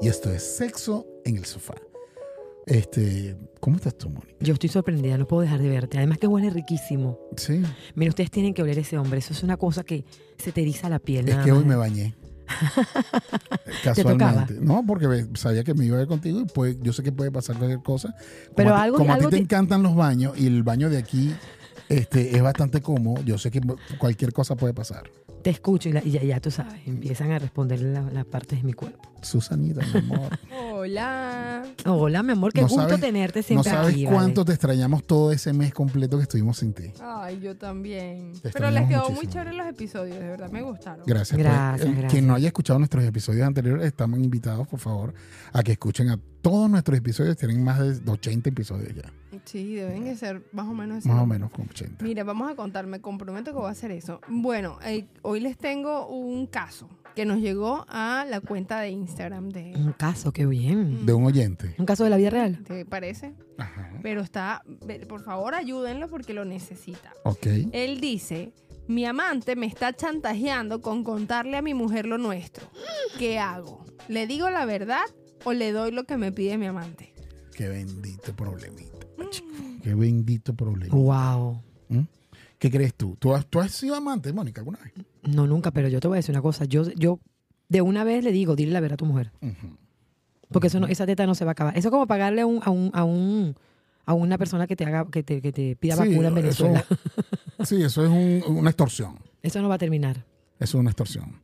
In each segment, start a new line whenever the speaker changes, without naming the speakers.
Y esto es Sexo en el Sofá. Este, ¿Cómo estás tú, Mónica?
Yo estoy sorprendida, no puedo dejar de verte. Además que huele riquísimo.
Sí.
Mira, ustedes tienen que oler ese hombre. Eso es una cosa que se te eriza la piel.
Es
nada
que hoy
más.
me bañé. Eh, Casualmente.
tocaba?
No, porque ve- sabía que me iba a ir contigo y pues, yo sé que puede pasar cualquier cosa. Como
Pero
a ti-
algo-
como a
algo
ti te
te-
encantan los baños y el baño de aquí este, es bastante cómodo, yo sé que cualquier cosa puede pasar.
Te escucho y, la- y ya, ya tú sabes, empiezan a responder la- las partes de mi cuerpo.
Susanita, mi amor.
Hola.
Hola, mi amor, qué
No
gusto
sabes-
tenerte
no
siempre
sabes
aquí. ¿vale?
cuánto te extrañamos todo ese mes completo que estuvimos sin ti.
Ay, yo también.
Te
Pero
extrañamos
les quedó muy
muchísimo.
chévere los episodios, de verdad, me gustaron.
Gracias.
Gracias,
Eh,
gracias.
Quien no haya escuchado nuestros episodios anteriores, estamos invitados, por favor, a que escuchen a todos nuestros episodios. Tienen más de 80 episodios ya.
Sí, deben de ser más o menos. ese
Más o
nombre.
menos como 80.
Mira, vamos a contar, me comprometo que voy a hacer eso. Bueno, eh, hoy les tengo un caso que nos llegó a la cuenta de Instagram de...
Un caso, qué bien.
De un oyente.
Un caso de la vida real.
¿Te parece?
Ajá.
Pero está, ve- por favor, ayúdenlo porque lo necesita.
Ok.
Él dice, mi amante me está chantajeando con contarle a mi mujer lo nuestro. ¿Qué hago? ¿Le digo la verdad o le doy lo que me pide mi amante?
Qué bendito problemita.
Mm.
chico. Qué bendito problemita.
Wow.
¿Mm? ¿Qué crees tú? ¿Tú has, tú has sido amante, Mónica, alguna vez?
No, nunca, pero yo te voy a decir una cosa. Yo, yo de una vez le digo, dile la verdad a tu mujer.
Ujú.
Porque eso no, esa teta no se va a acabar. Eso es como pagarle a un, a un, a un- a una persona que te haga, que te, que te pida
Sí,
vacuna en
eso-
Venezuela. Eso...
sí, eso es un- una extorsión.
no va a terminar.
Eso es una extorsión.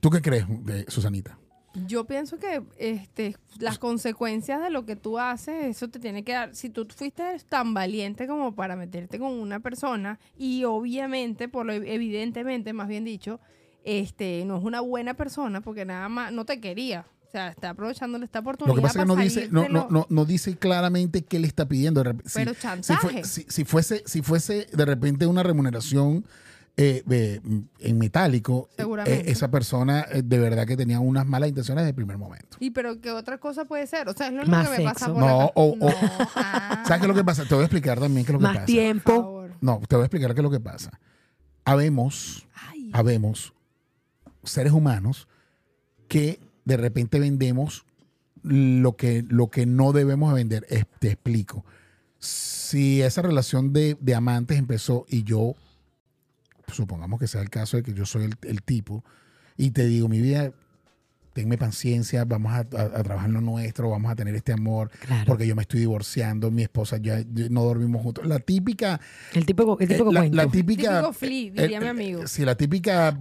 ¿Tú qué crees, de Susanita?
Yo pienso que este, las consecuencias de lo que tú haces, eso te tiene que dar. Si tú fuiste tan valiente como para meterte con una persona y obviamente, por lo ev- evidentemente, más bien dicho, este, no es una buena persona porque nada más no te quería. O sea, está aprovechando esta
Lo
oportunidad.
que pasa es que
para
no dice, no, no,
salírselo.
no, no dice claramente qué le está pidiendo. De rep- si-
Pero
si, fue-
chantaje.
si- si fuese, si fuese de repente una remuneración eh, eh, en metálico, eh,
Seguramente.
esa persona eh, de verdad que tenía unas malas intenciones desde el primer momento.
¿Y pero qué otra cosa puede ser? O sea, es lo único
Más
que me pasa
sexo.
por la
No,
ca-
o- o-
ah,
¿Sabes qué es lo que pasa? Te voy a explicar también qué es lo que
Más
pasa.
por
tiempo.
favor.
No, te voy a explicar qué es lo que pasa. Habemos,
Ay,
habemos seres humanos que de repente vendemos lo que, lo que no debemos vender. Es- te explico. Si esa relación de, de amantes empezó y yo, supongamos que sea el caso de que yo soy el, el tipo, y te digo, mi vida, tenme paciencia, vamos a, a- a trabajar lo nuestro, vamos a tener este amor,
Claro.
porque yo me estoy divorciando, mi esposa ya, ya no dormimos juntos. La típica
El tipo, el
eh,
tipo
la,
cuento.
la típica. eh,
Típico flea, diría mi amigo.
Sí, la típica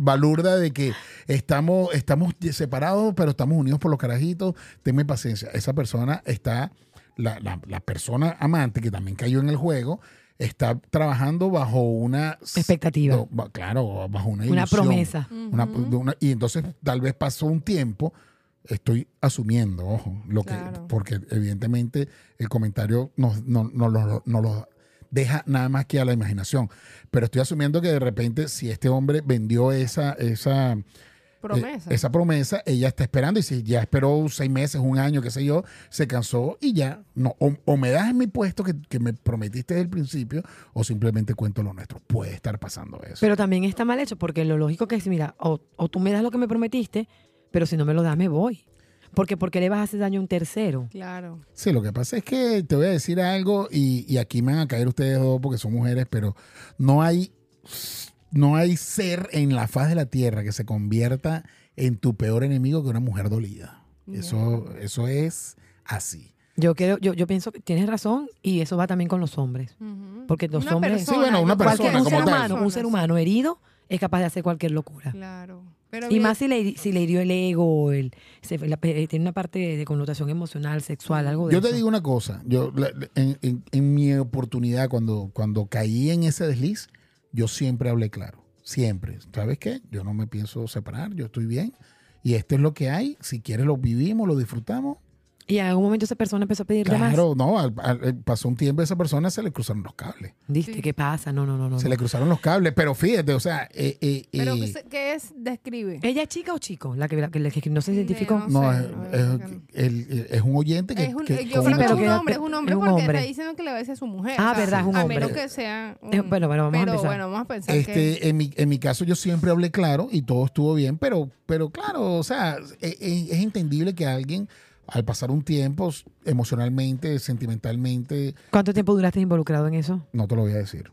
balurda de que estamos, estamos separados, pero estamos unidos por los carajitos. Tenme paciencia. Esa persona está, la, la- la persona amante que también cayó en el juego, está trabajando bajo una.
Expectativa.
no, ba- claro, bajo una
una
ilusión.
promesa.
Una- de una- y entonces tal vez pasó un tiempo, estoy asumiendo, ojo, lo que,
Claro.
porque evidentemente el comentario nos, no, no lo- no lo deja nada más que a la imaginación. Pero estoy asumiendo que de repente si este hombre vendió esa, esa, eh,
promesa.
esa promesa, ella está esperando y si ya esperó seis meses, un año, qué sé yo, se cansó y ya, no, o, o me das mi puesto que, que me prometiste desde el principio o simplemente cuento lo nuestro. Puede estar pasando eso.
Pero también está mal hecho, porque lo lógico que es, mira, o, o tú me das lo que me prometiste, pero si no me lo das, me voy. Porque porque le vas a hacer daño a un tercero.
Claro.
Sí, lo que pasa es que te voy a decir algo y, y aquí me van a caer ustedes dos porque son mujeres, pero no hay, no hay ser en la faz de la tierra que se convierta en tu peor enemigo que una mujer dolida. Eso, eso es así.
Yo creo, yo, yo pienso que tienes razón, y eso va también con los hombres.
Ujú.
Porque los
Una
hombres.
Sí, bueno, una
yo-
persona
Cualquier- un
como
ser
tal.
humano, un ser humano herido es capaz de hacer cualquier locura.
Claro. Pero
Y
bien,
más si le, si le hirió el ego, el, se- la- eh, tiene una parte de, connotación emocional, sexual, algo de
Yo te
eso.
digo una cosa, yo la- la- en, en- en mi oportunidad, cuando, cuando caí en ese desliz, yo siempre hablé claro, siempre. ¿Sabes qué? Yo no me pienso separar, yo estoy bien y esto es lo que hay. Si quieres lo vivimos, lo disfrutamos
Y en algún momento esa persona empezó a pedirle más.
Claro, no, al- al- pasó un tiempo y a esa persona se le cruzaron los cables.
¿Viste
Sí.
qué pasa? No, no, no, no.
Se
no.
le cruzaron los cables, pero fíjate, o sea, eh, eh,
Pero pues,
eh,
¿qué se- ¿qué es? Describe.
¿Ella es chica o chico? La que, la que- la que no se identificó.
no
no,
sé,
es,
no,
es-
no.
el- eh, es un oyente que,
Es un- eh,
que- con
yo creo que
una
es
chica.
Pero
un
que-
hombre, es un hombre
es un
porque
hombre.
está diciendo que le va a decir a su mujer.
Ah, verdad, es un
a
hombre.
menos que sea un-
Eh, bueno, bueno, vamos a
pero
empezar.
bueno, vamos a pensar que...
Este, en, mi, en mi caso yo siempre hablé claro y todo estuvo bien, pero, pero claro, o sea, e- e- es, entendible que alguien al pasar un tiempo s- emocionalmente, sentimentalmente,
¿Cuánto tiempo duraste involucrado en eso?
no te lo voy a decir.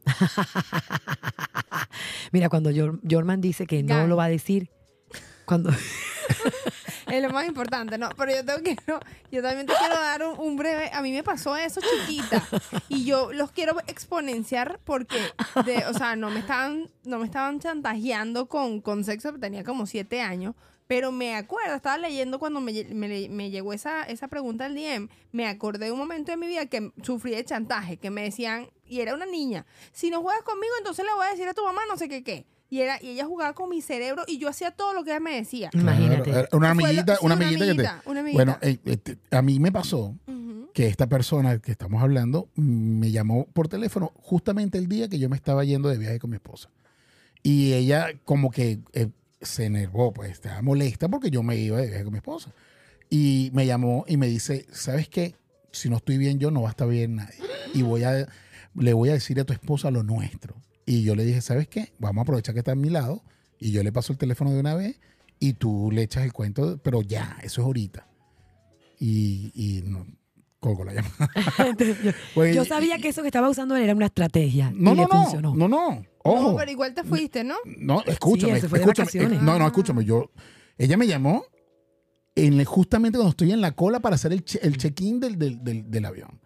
Mira, cuando Jor- Jorman dice que no
Gan.
lo va a decir, cuando
Es lo más importante, ¿no? Pero yo tengo que, no, yo también te quiero dar un, un breve. A mí me pasó eso chiquita y yo los quiero exponenciar porque, de- o sea, no me estaban, no me estaban chantajeando con, con sexo, pero tenía como siete años. Pero me acuerdo, estaba leyendo cuando me, lle- me le- me llegó esa, esa pregunta al DM, me acordé de un momento de mi vida que sufrí de chantaje, que me decían, y era una niña, si no juegas conmigo, entonces le voy a decir a tu mamá no sé qué qué. Y, era, y ella jugaba con mi cerebro y yo hacía todo lo que ella me decía.
imagínate.
Claro, Una
Fue lo-
amiguita,
sí,
una
una
amiguita que te...
amiguita, una amiguita.
Bueno, eh, este, a mí me pasó
Ujú.
que esta persona que estamos hablando mm, me llamó por teléfono justamente el día que yo me estaba yendo de viaje con mi esposa. Y ella como que eh, se enervó, pues estaba molesta porque yo me iba de viaje con mi esposa. Y me llamó y me dice, ¿sabes qué? Si no estoy bien yo, no va a estar bien nadie. Y voy a, le voy a decir a tu esposa lo nuestro. Y yo le dije, ¿sabes qué? Vamos a aprovechar que está a mi lado. Y yo le paso el teléfono de una vez y tú le echas el cuento, pero ya, eso es ahorita. Y, y no, colgó la llamada. Pues,
Yo sabía que eso que estaba usando él era una estrategia.
No, no,
y le
no,
funcionó.
no, no. Ojo.
No, pero igual te fuiste, ¿no?
No, escúchame.
Sí, él se fue de
escúchame.
vacaciones.
Eh, No, no, escúchame. Yo, ella me llamó en, el- justamente cuando estoy en la cola para hacer el, che- el check-in del, del- del- del avión.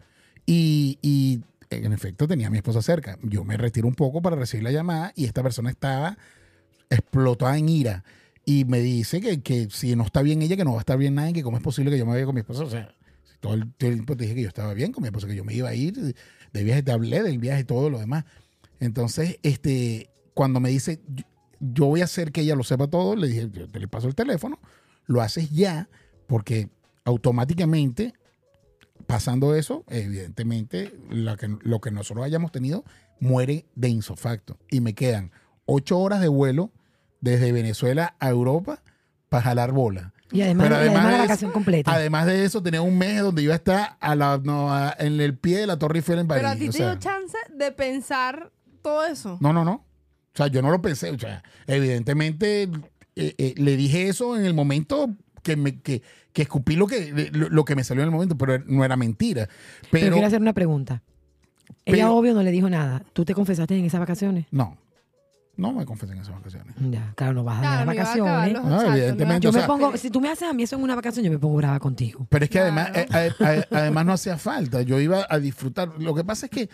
Y, y, en efecto tenía a mi esposa cerca. Yo me retiro un poco para recibir la llamada y esta persona estaba explotada en ira. Y me dice que, que si no está bien ella, que no va a estar bien nadie, que cómo es posible que yo me vaya con mi esposa. O sea, si todo el tiempo te dije que yo estaba bien con mi esposa, que yo me iba a ir de viaje, te hablé del viaje y todo lo demás. Entonces, este, cuando me dice, yo- yo voy a hacer que ella lo sepa todo, le dije, yo te le paso el teléfono, lo haces ya, porque automáticamente, pasando eso, evidentemente, la que- lo que nosotros hayamos tenido muere de insofacto. Y me quedan ocho horas de vuelo desde Venezuela a Europa para jalar bola.
Y además, y
Pero
además
además
la
de
vacación completa.
Además de eso, tenía un mes donde iba a estar a la, no, a- en el pie de la Torre Eiffel en París.
Pero a ti
o
te
sea.
dio chance de pensar todo eso.
No, no, no. O sea, yo no lo pensé. O sea, evidentemente eh, eh, le dije eso en el momento que me que, que escupí lo que lo, lo que me salió en el momento, pero no era mentira.
pero,
Pero,
quiero hacer una pregunta. Ella
pero-
obvio no le dijo nada. ¿Tú te confesaste en esas vacaciones?
no, no me confesé en esas vacaciones.
Ya, claro, no vas a
Claro,
dar
no iba a acabar
vacaciones.
los-
Ah, No,
exacto,
evidentemente,
Yo
o
me
sea- eh,
pongo, si tú me haces a mí eso en una vacación, yo me pongo brava contigo.
Pero es que además,
Claro.
eh, a- a- además no hacía falta. Yo iba a disfrutar. Lo que pasa es que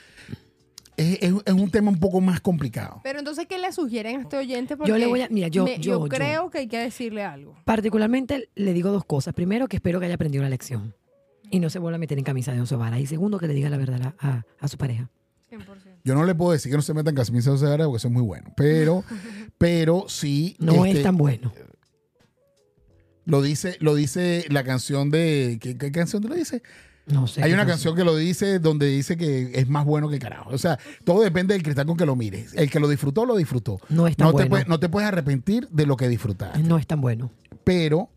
es, es- es un tema un poco más complicado.
Pero entonces, ¿qué le sugieren a este oyente?
Yo le voy a-
Porque
mira, yo-
me-
yo- yo.
creo que hay que decirle algo.
Particularmente le digo dos cosas. Primero, que espero que haya aprendido la lección y no se vuelva a meter en camisa de once varas. Y segundo, que le diga la verdad a, a- a su pareja.
100%.
Yo no le puedo decir que no se metan camisas de porque eso es muy bueno. Pero, pero sí.
No
este,
es tan bueno.
Lo dice, lo dice la canción de. ¿Qué, qué canción te lo dice?
No sé.
Hay
qué
una
pasa.
canción que lo dice donde dice que es más bueno que el carajo. O sea, todo depende del cristal con que lo mires. El que lo disfrutó, lo disfrutó.
No es tan
No te,
bueno.
puedes, no te puedes arrepentir de lo que disfrutaste.
No es tan bueno.
Pero,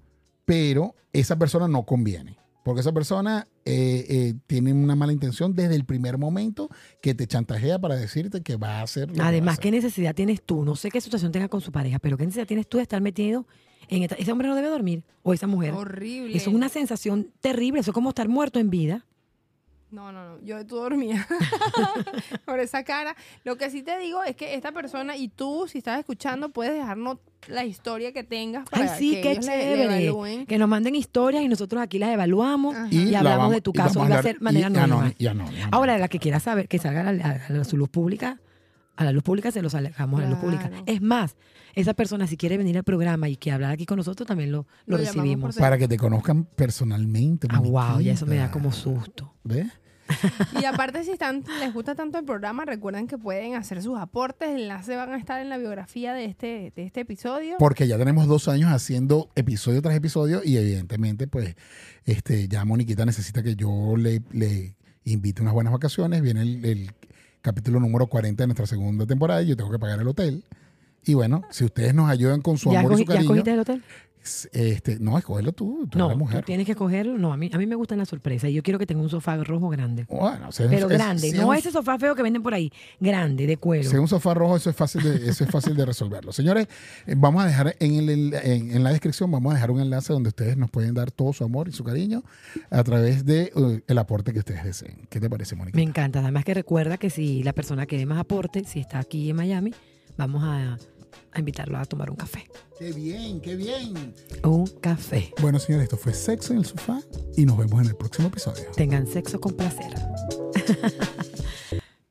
pero esa persona no conviene. Porque esa persona eh, eh, tiene una mala intención desde el primer momento que te chantajea para decirte que va a hacer. lo que va a
Además,
hacer.
¿qué necesidad tienes tú? No sé qué situación tenga con su pareja, pero ¿qué necesidad tienes tú de estar metido en esta... Ese hombre no debe dormir, o esa mujer.
Horrible.
Eso es una sensación terrible, eso es como estar muerto en vida.
No, no, no. Yo tú dormía por esa cara. Lo que sí te digo es que esta persona y tú, si estás escuchando, puedes dejarnos la historia que tengas
Ay,
para
sí,
que
qué
ellos le- le
chévere.
evalúen.
Que nos manden historias y nosotros aquí las evaluamos
Ajá.
y,
la
hablamos
vamos-
de tu
y vamos
caso. Y va a
hablar-
ser manera
y ah,
anónima.
anónima- y anónima.
Ahora, la que quiera saber, que salga a, la- a la- a su luz pública, a la luz pública se los alejamos a la luz pública.
Claro.
Es más, esa persona si quiere venir al programa y que hablar aquí con nosotros, también lo, lo
Lo llamamos por
recibimos.
teléfono.
Para que te conozcan personalmente.
Ah, wow, ya eso me da
muñequita.
como susto.
¿Ves?
Y aparte, si están, les gusta tanto el programa, recuerden que pueden hacer sus aportes. El enlace van a estar en la biografía de este, de este episodio.
Porque ya tenemos dos años haciendo episodio tras episodio y evidentemente, pues, este, ya Moniquita necesita que yo le, le invite unas buenas vacaciones. Viene el, el capítulo número 40 de nuestra segunda temporada y yo tengo que pagar el hotel. Y bueno, si ustedes nos ayudan con su
¿Ya,
amor y
cogi-
su
ya
cariño,
cogiste el hotel?
este, no, escógelo tú, tú
no,
eres mujer.
tú tienes que cogerlo. No, a mí, a mí me gustan las sorpresas. y Yo quiero que tenga un sofá rojo grande.
Bueno, si es-
Pero
es-
grande,
si es
no
un-
ese sofá feo que venden por ahí. Grande, de cuero.
Si es un sofá rojo, eso es fácil de, eso es fácil de resolverlo. Señores, eh, vamos a dejar en, el- en- en la descripción, vamos a dejar un enlace donde ustedes nos pueden dar todo su amor y su cariño a través de eh, el aporte que ustedes deseen. ¿Qué te parece, Mónica?
Me encanta. Además que recuerda que si la persona que dé más aporte, si está aquí en Miami, vamos a, a invitarlo a tomar un café.
Qué bien, qué bien.
Un café.
Bueno, señores, esto fue Sexo en el Sofá y nos vemos en el próximo episodio.
Tengan sexo con placer.